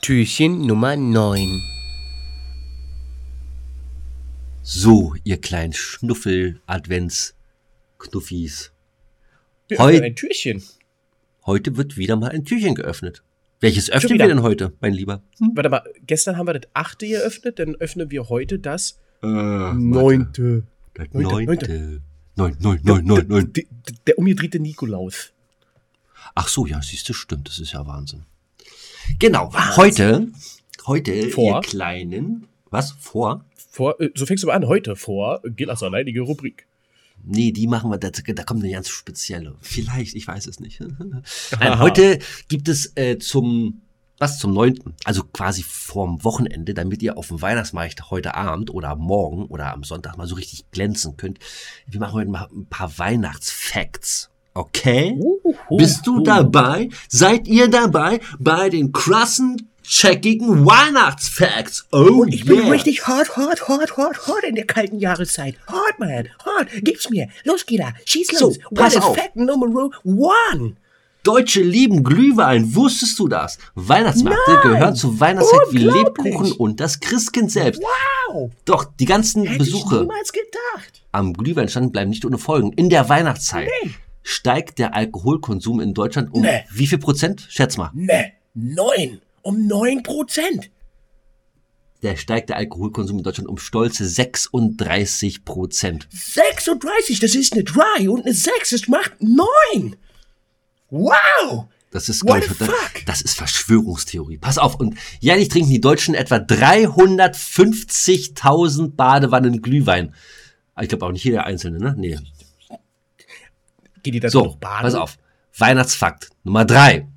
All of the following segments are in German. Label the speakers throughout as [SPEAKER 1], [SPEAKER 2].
[SPEAKER 1] Türchen Nummer 9.
[SPEAKER 2] So, ihr kleinen Schnuffel-Advents-Knuffis.
[SPEAKER 3] Wir
[SPEAKER 2] Heu-
[SPEAKER 3] öffnen ein Türchen.
[SPEAKER 2] Heute wird wieder mal ein Türchen geöffnet. Welches öffnen wir
[SPEAKER 3] wieder.
[SPEAKER 2] denn heute, mein Lieber?
[SPEAKER 3] Warte mal, gestern haben wir das achte geöffnet, dann öffnen wir heute das
[SPEAKER 2] Neun.
[SPEAKER 3] neunte.
[SPEAKER 2] Das
[SPEAKER 3] Neunte,
[SPEAKER 2] neunte. Neun, neun, neun, neun, neun.
[SPEAKER 3] Der, der umgedrehte Nikolaus.
[SPEAKER 2] Ach so, ja, siehst du, stimmt. Das ist ja Wahnsinn. Genau, heute, heute,
[SPEAKER 3] Vor.
[SPEAKER 2] ihr kleinen, was, vor?
[SPEAKER 3] Vor, äh, so fängst du mal an, heute vor Gillas alleinige Rubrik.
[SPEAKER 2] Nee, die machen wir, da, da kommt eine ganz spezielle. Vielleicht, ich weiß es nicht. Nein, heute gibt es äh, zum, was, zum 9., also quasi vorm Wochenende, damit ihr auf dem Weihnachtsmarkt heute Abend oder morgen oder am Sonntag mal so richtig glänzen könnt. Wir machen heute mal ein paar Weihnachtsfacts. Okay?
[SPEAKER 3] Oh.
[SPEAKER 2] Bist du dabei? Seid ihr dabei bei den krassen, checkigen Weihnachtsfacts? Oh,
[SPEAKER 3] Und ich bin
[SPEAKER 2] yeah.
[SPEAKER 3] richtig hart, hart, hart, hart, hart in der kalten Jahreszeit. Hart, Mann, hart. Gib's mir. Los, Gila, schieß
[SPEAKER 2] So,
[SPEAKER 3] los.
[SPEAKER 2] pass
[SPEAKER 3] What is
[SPEAKER 2] auf.
[SPEAKER 3] Fact Nummer one?
[SPEAKER 2] Deutsche lieben Glühwein, wusstest du das? Weihnachtsmärkte gehören zur Weihnachtszeit wie
[SPEAKER 3] Unglaublich.
[SPEAKER 2] Lebkuchen und das Christkind selbst.
[SPEAKER 3] Wow.
[SPEAKER 2] Doch die ganzen
[SPEAKER 3] Hätte ich
[SPEAKER 2] Besuche
[SPEAKER 3] niemals gedacht.
[SPEAKER 2] am Glühweinstand bleiben nicht ohne Folgen. In der Weihnachtszeit
[SPEAKER 3] Nee.
[SPEAKER 2] steigt der Alkoholkonsum in Deutschland um
[SPEAKER 3] Nee.
[SPEAKER 2] wie viel Prozent? Schätz mal.
[SPEAKER 3] Ne, neun. Um neun Prozent.
[SPEAKER 2] Der steigt der Alkoholkonsum in Deutschland um stolze 36 Prozent.
[SPEAKER 3] 36, das ist eine 3 und eine 6, das macht 9. Wow!
[SPEAKER 2] Das ist,
[SPEAKER 3] What
[SPEAKER 2] glaub ich,
[SPEAKER 3] the fuck?
[SPEAKER 2] das ist Verschwörungstheorie. Pass auf. Und jährlich trinken die Deutschen etwa 350.000 Badewannen Glühwein. Ah, Ich glaube auch nicht jeder einzelne, ne? Nee.
[SPEAKER 3] Geht ihr da
[SPEAKER 2] So,
[SPEAKER 3] noch baden?
[SPEAKER 2] pass auf. Weihnachtsfakt Nummer drei.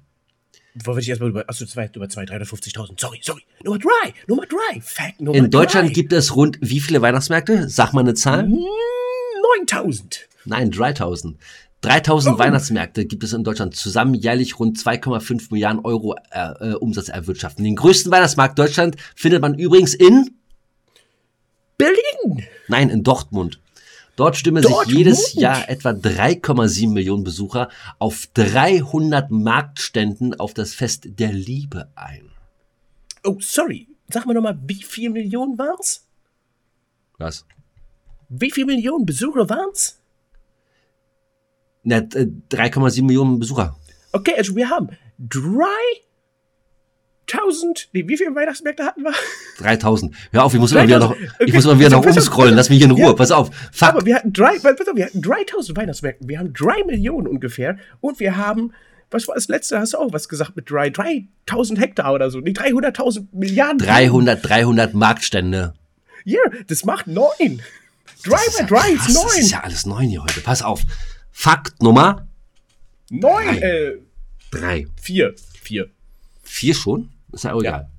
[SPEAKER 3] Wollen wir dich erstmal über, achso, zwei, über 2, 350.000, sorry, sorry. Nummer 3, Nummer 3, Fact Nummer 3.
[SPEAKER 2] In Deutschland gibt es rund wie viele Weihnachtsmärkte? Sag mal eine Zahl.
[SPEAKER 3] Mhm. 9.000.
[SPEAKER 2] Nein, 3000. 3000
[SPEAKER 3] Oh.
[SPEAKER 2] Weihnachtsmärkte gibt es in Deutschland. Zusammen jährlich rund 2,5 Milliarden Euro äh, äh, Umsatz erwirtschaften. Den größten Weihnachtsmarkt Deutschland findet man übrigens in,
[SPEAKER 3] Berlin.
[SPEAKER 2] nein, in Dortmund. Dort stimmen
[SPEAKER 3] Dortmund?
[SPEAKER 2] sich jedes Jahr etwa 3,7 Millionen Besucher auf 300 Marktständen auf das Fest der Liebe ein.
[SPEAKER 3] Oh, sorry. Sag mal nochmal, wie viel Millionen waren's?
[SPEAKER 2] Was?
[SPEAKER 3] Wie viel Millionen Besucher waren's?
[SPEAKER 2] Na, äh, 3,7 Millionen Besucher.
[SPEAKER 3] Okay, also wir haben 3.000, nee, wie viele Weihnachtsmärkte hatten wir?
[SPEAKER 2] 3000. Hör auf, ich muss immer wieder noch,
[SPEAKER 3] 3000.
[SPEAKER 2] ich muss immer wieder
[SPEAKER 3] Okay.
[SPEAKER 2] noch umscrollen. Lass mich hier in Ruhe.
[SPEAKER 3] Ja.
[SPEAKER 2] Pass auf.
[SPEAKER 3] Aber
[SPEAKER 2] Fuck.
[SPEAKER 3] wir hatten drei, pass auf, wir hatten 3000 Weihnachtsmärkte, wir haben drei Millionen ungefähr und wir haben, was war das letzte, hast du auch was gesagt mit drei, 3000 Hektar oder so, nee, 300.000 Milliarden.
[SPEAKER 2] 300, 300 Marktstände.
[SPEAKER 3] Ja, das macht neun. Drei
[SPEAKER 2] Das ist
[SPEAKER 3] mal
[SPEAKER 2] ja
[SPEAKER 3] drei
[SPEAKER 2] krass.
[SPEAKER 3] ist
[SPEAKER 2] Das ist
[SPEAKER 3] neun.
[SPEAKER 2] ja alles neun hier heute. Pass auf. Fakt Nummer
[SPEAKER 3] Neun, äh,
[SPEAKER 2] drei.
[SPEAKER 3] vier. Vier.
[SPEAKER 2] Vier schon? Ist ja auch egal.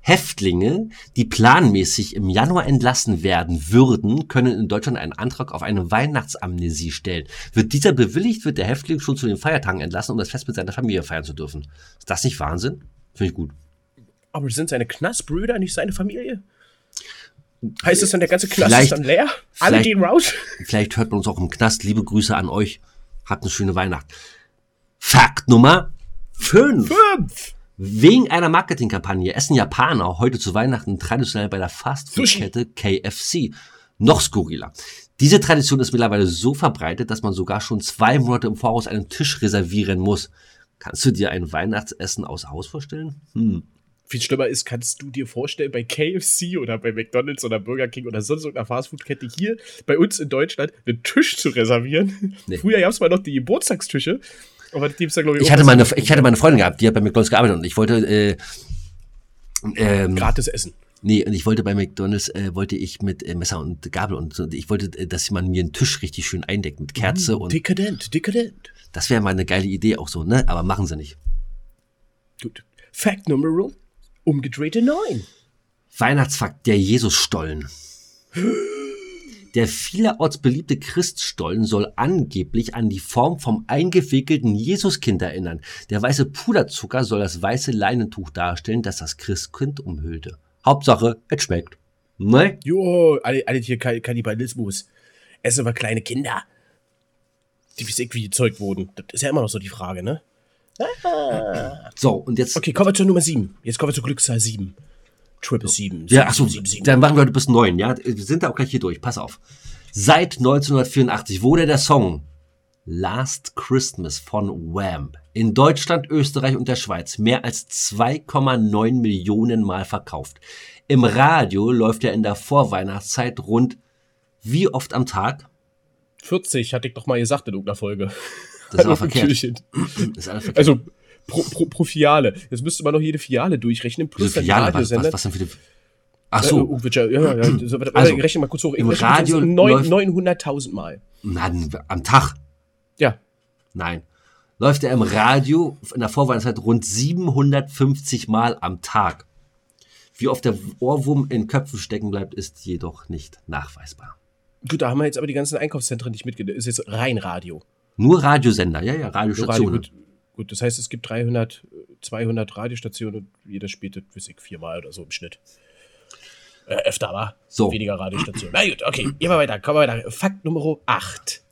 [SPEAKER 2] Häftlinge, die planmäßig im Januar entlassen werden würden, können in Deutschland einen Antrag auf eine Weihnachtsamnesie stellen. Wird dieser bewilligt, wird der Häftling schon zu den Feiertagen entlassen, um das Fest mit seiner Familie feiern zu dürfen. Ist das nicht Wahnsinn? Finde ich gut.
[SPEAKER 3] Aber sind seine Knastbrüder nicht seine Familie? Heißt das dann, der ganze Knast
[SPEAKER 2] Vielleicht-
[SPEAKER 3] ist dann leer? Alle
[SPEAKER 2] vielleicht-
[SPEAKER 3] gehen raus?
[SPEAKER 2] Vielleicht hört man uns auch im Knast. Liebe Grüße an euch. Habt eine schöne Weihnacht. Fakt Nummer 5.
[SPEAKER 3] Fünf.
[SPEAKER 2] Wegen einer Marketingkampagne essen Japaner heute zu Weihnachten traditionell bei der Fastfood-Kette KFC. Noch skurriler. Diese Tradition ist mittlerweile so verbreitet, dass man sogar schon zwei Monate im Voraus einen Tisch reservieren muss. Kannst du dir ein Weihnachtsessen außer Haus vorstellen? Hm.
[SPEAKER 3] Viel schlimmer ist, kannst du dir vorstellen, bei KFC oder bei McDonalds oder Burger King oder sonst irgendeiner Fastfood-Kette hier bei uns in Deutschland einen Tisch zu reservieren?
[SPEAKER 2] Nee.
[SPEAKER 3] Früher gab es mal noch die Geburtstagstische, aber die gibt's da, glaube ich,
[SPEAKER 2] Ich
[SPEAKER 3] auch was
[SPEAKER 2] hatte meine, ich hatte meine Freundin gehabt, die hat bei McDonalds gearbeitet und ich wollte, äh, ähm,
[SPEAKER 3] gratis essen.
[SPEAKER 2] Nee, und ich wollte bei McDonalds, äh, wollte ich mit äh, Messer und Gabel und, so, und ich wollte, äh, dass man mir einen Tisch richtig schön eindeckt mit Kerze und
[SPEAKER 3] Dekadent, dekadent.
[SPEAKER 2] das wäre mal eine geile Idee auch so, ne? Aber machen sie nicht.
[SPEAKER 3] Gut. Fact Nummer umgedrehte 9.
[SPEAKER 2] Weihnachtsfakt, der Jesusstollen. Der vielerorts beliebte Christstollen soll angeblich an die Form vom eingewickelten Jesuskind erinnern. Der weiße Puderzucker soll das weiße Leinentuch darstellen, das das Christkind umhüllte. Hauptsache, es schmeckt. Ne?
[SPEAKER 3] Jo, alle, alle hier Ka- Kannibalismus. Essen wir kleine Kinder. Die wie irgendwie gezeugt wurden. Das ist ja immer noch so die Frage, ne?
[SPEAKER 2] So, und jetzt.
[SPEAKER 3] Okay, kommen wir zur Nummer 7. Jetzt kommen wir zur Glückszahl 7. Triple 7.
[SPEAKER 2] Ja, ach so, dann machen wir heute bis neun, ja. Wir sind da auch gleich hier durch, pass auf. Seit 1984 wurde der Song Last Christmas von Wham in Deutschland, Österreich und der Schweiz mehr als 2,9 Millionen Mal verkauft. Im Radio läuft er in der Vorweihnachtszeit rund wie oft am Tag?
[SPEAKER 3] 40 hatte ich doch mal gesagt in irgendeiner Folge.
[SPEAKER 2] Das ist aber
[SPEAKER 3] Also,
[SPEAKER 2] verkehrt.
[SPEAKER 3] Türchen.
[SPEAKER 2] Das ist alles verkehrt.
[SPEAKER 3] Also pro, pro, pro Filiale. Jetzt müsste man noch jede Filiale durchrechnen, plus
[SPEAKER 2] Wieso
[SPEAKER 3] dann die
[SPEAKER 2] Filiale? was,
[SPEAKER 3] Radiosender.
[SPEAKER 2] was, was denn für die. Ach
[SPEAKER 3] Äh,
[SPEAKER 2] so,
[SPEAKER 3] irgendwelche- ja, ja, ja. So, warte,
[SPEAKER 2] Also,
[SPEAKER 3] warte, rechne mal kurz hoch. Ich
[SPEAKER 2] im
[SPEAKER 3] rechne kurz
[SPEAKER 2] Radio
[SPEAKER 3] neun-
[SPEAKER 2] läuft-
[SPEAKER 3] 900.000 Mal.
[SPEAKER 2] na, am Tag.
[SPEAKER 3] Ja.
[SPEAKER 2] Nein. Läuft er im Radio in der Vorweihnachtszeit rund 750 Mal am Tag. Wie oft der Ohrwurm in Köpfen stecken bleibt, ist jedoch nicht nachweisbar.
[SPEAKER 3] Gut, da haben wir jetzt aber die ganzen Einkaufszentren nicht mitgenommen. Ist jetzt rein Radio.
[SPEAKER 2] Nur Radiosender, ja, ja,
[SPEAKER 3] Nur Radio
[SPEAKER 2] Radiostationen.
[SPEAKER 3] gut, gut, das heißt, es gibt 300, äh, 200 Radiostationen und jeder spielt das, weiß ich, viermal oder so im Schnitt. Äh, öfter, aber
[SPEAKER 2] So.
[SPEAKER 3] weniger Radiostationen. Na gut, okay, gehen wir weiter, kommen wir weiter. Fakt Nummer 8.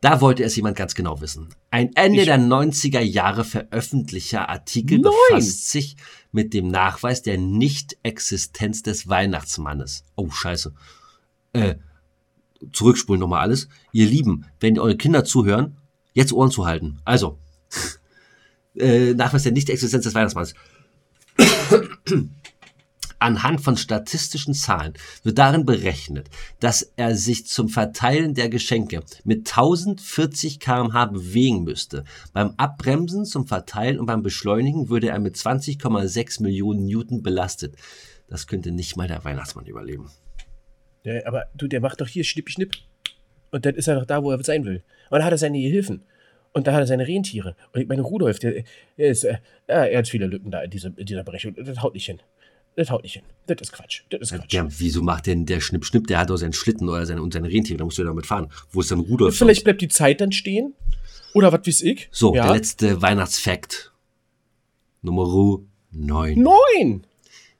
[SPEAKER 2] da wollte es jemand ganz genau wissen. Ein Ende
[SPEAKER 3] Ich-
[SPEAKER 2] der 90er Jahre veröffentlichter Artikel
[SPEAKER 3] Neun.
[SPEAKER 2] befasst sich mit dem Nachweis der Nicht-Existenz des Weihnachtsmannes. Oh, scheiße. Äh, zurückspulen nochmal alles. Ihr Lieben, wenn eure Kinder zuhören, jetzt Ohren zu halten. Also, äh, Nachweis der Nicht-Existenz des Weihnachtsmannes. Anhand von statistischen Zahlen wird darin berechnet, dass er sich zum Verteilen der Geschenke mit 1040 km/h bewegen müsste. Beim Abbremsen, zum Verteilen und beim Beschleunigen würde er mit 20,6 Millionen Newton belastet. Das könnte nicht mal der Weihnachtsmann überleben.
[SPEAKER 3] Ja, aber du, der macht doch hier schnippi schnipp. Und dann ist er doch da, wo er sein will. Und dann hat er seine Gehilfen. Und dann hat er seine Rentiere. Und ich meine, Rudolf, der, der ist, äh, ja, er hat viele Lücken da in, diesem, in dieser Berechnung. Das haut nicht hin. Das haut nicht hin. Das ist Quatsch. Das ist Quatsch.
[SPEAKER 2] Ja, wieso macht denn der Schnipp Schnipp? Der hat doch seinen Schlitten oder seine, und seine Rentiere, da musst du ja damit fahren. Wo ist denn Rudolf?
[SPEAKER 3] Vielleicht bleibt die Zeit dann stehen. Oder was weiß ich?
[SPEAKER 2] So,
[SPEAKER 3] ja.
[SPEAKER 2] der letzte Weihnachtsfakt. Nummer 9.
[SPEAKER 3] Neun!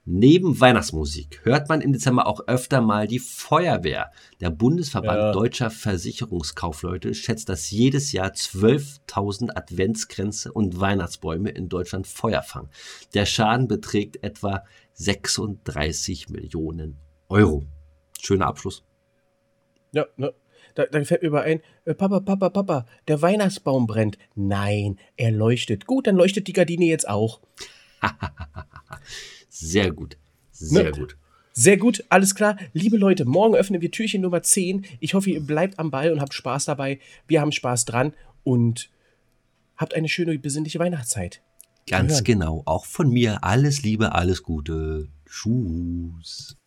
[SPEAKER 2] Neben Weihnachtsmusik hört man im Dezember auch öfter mal die Feuerwehr. Der Bundesverband
[SPEAKER 3] Ja.
[SPEAKER 2] deutscher Versicherungskaufleute schätzt, dass jedes Jahr 12.000 Adventskränze und Weihnachtsbäume in Deutschland Feuer fangen. Der Schaden beträgt etwa 36 Millionen Euro. Schöner Abschluss.
[SPEAKER 3] Ja, ne? Da, da fällt mir über ein, äh, Papa, Papa, Papa, der Weihnachtsbaum brennt. Nein, er leuchtet. Gut, dann leuchtet die Gardine jetzt auch.
[SPEAKER 2] Sehr gut. Sehr
[SPEAKER 3] Ne?
[SPEAKER 2] gut.
[SPEAKER 3] Sehr gut, alles klar. Liebe Leute, morgen öffnen wir Türchen Nummer 10. Ich hoffe, ihr bleibt am Ball und habt Spaß dabei. Wir haben Spaß dran und habt eine schöne, besinnliche Weihnachtszeit.
[SPEAKER 2] Ganz
[SPEAKER 3] hören.
[SPEAKER 2] genau. Auch von mir alles Liebe, alles Gute. Tschüss.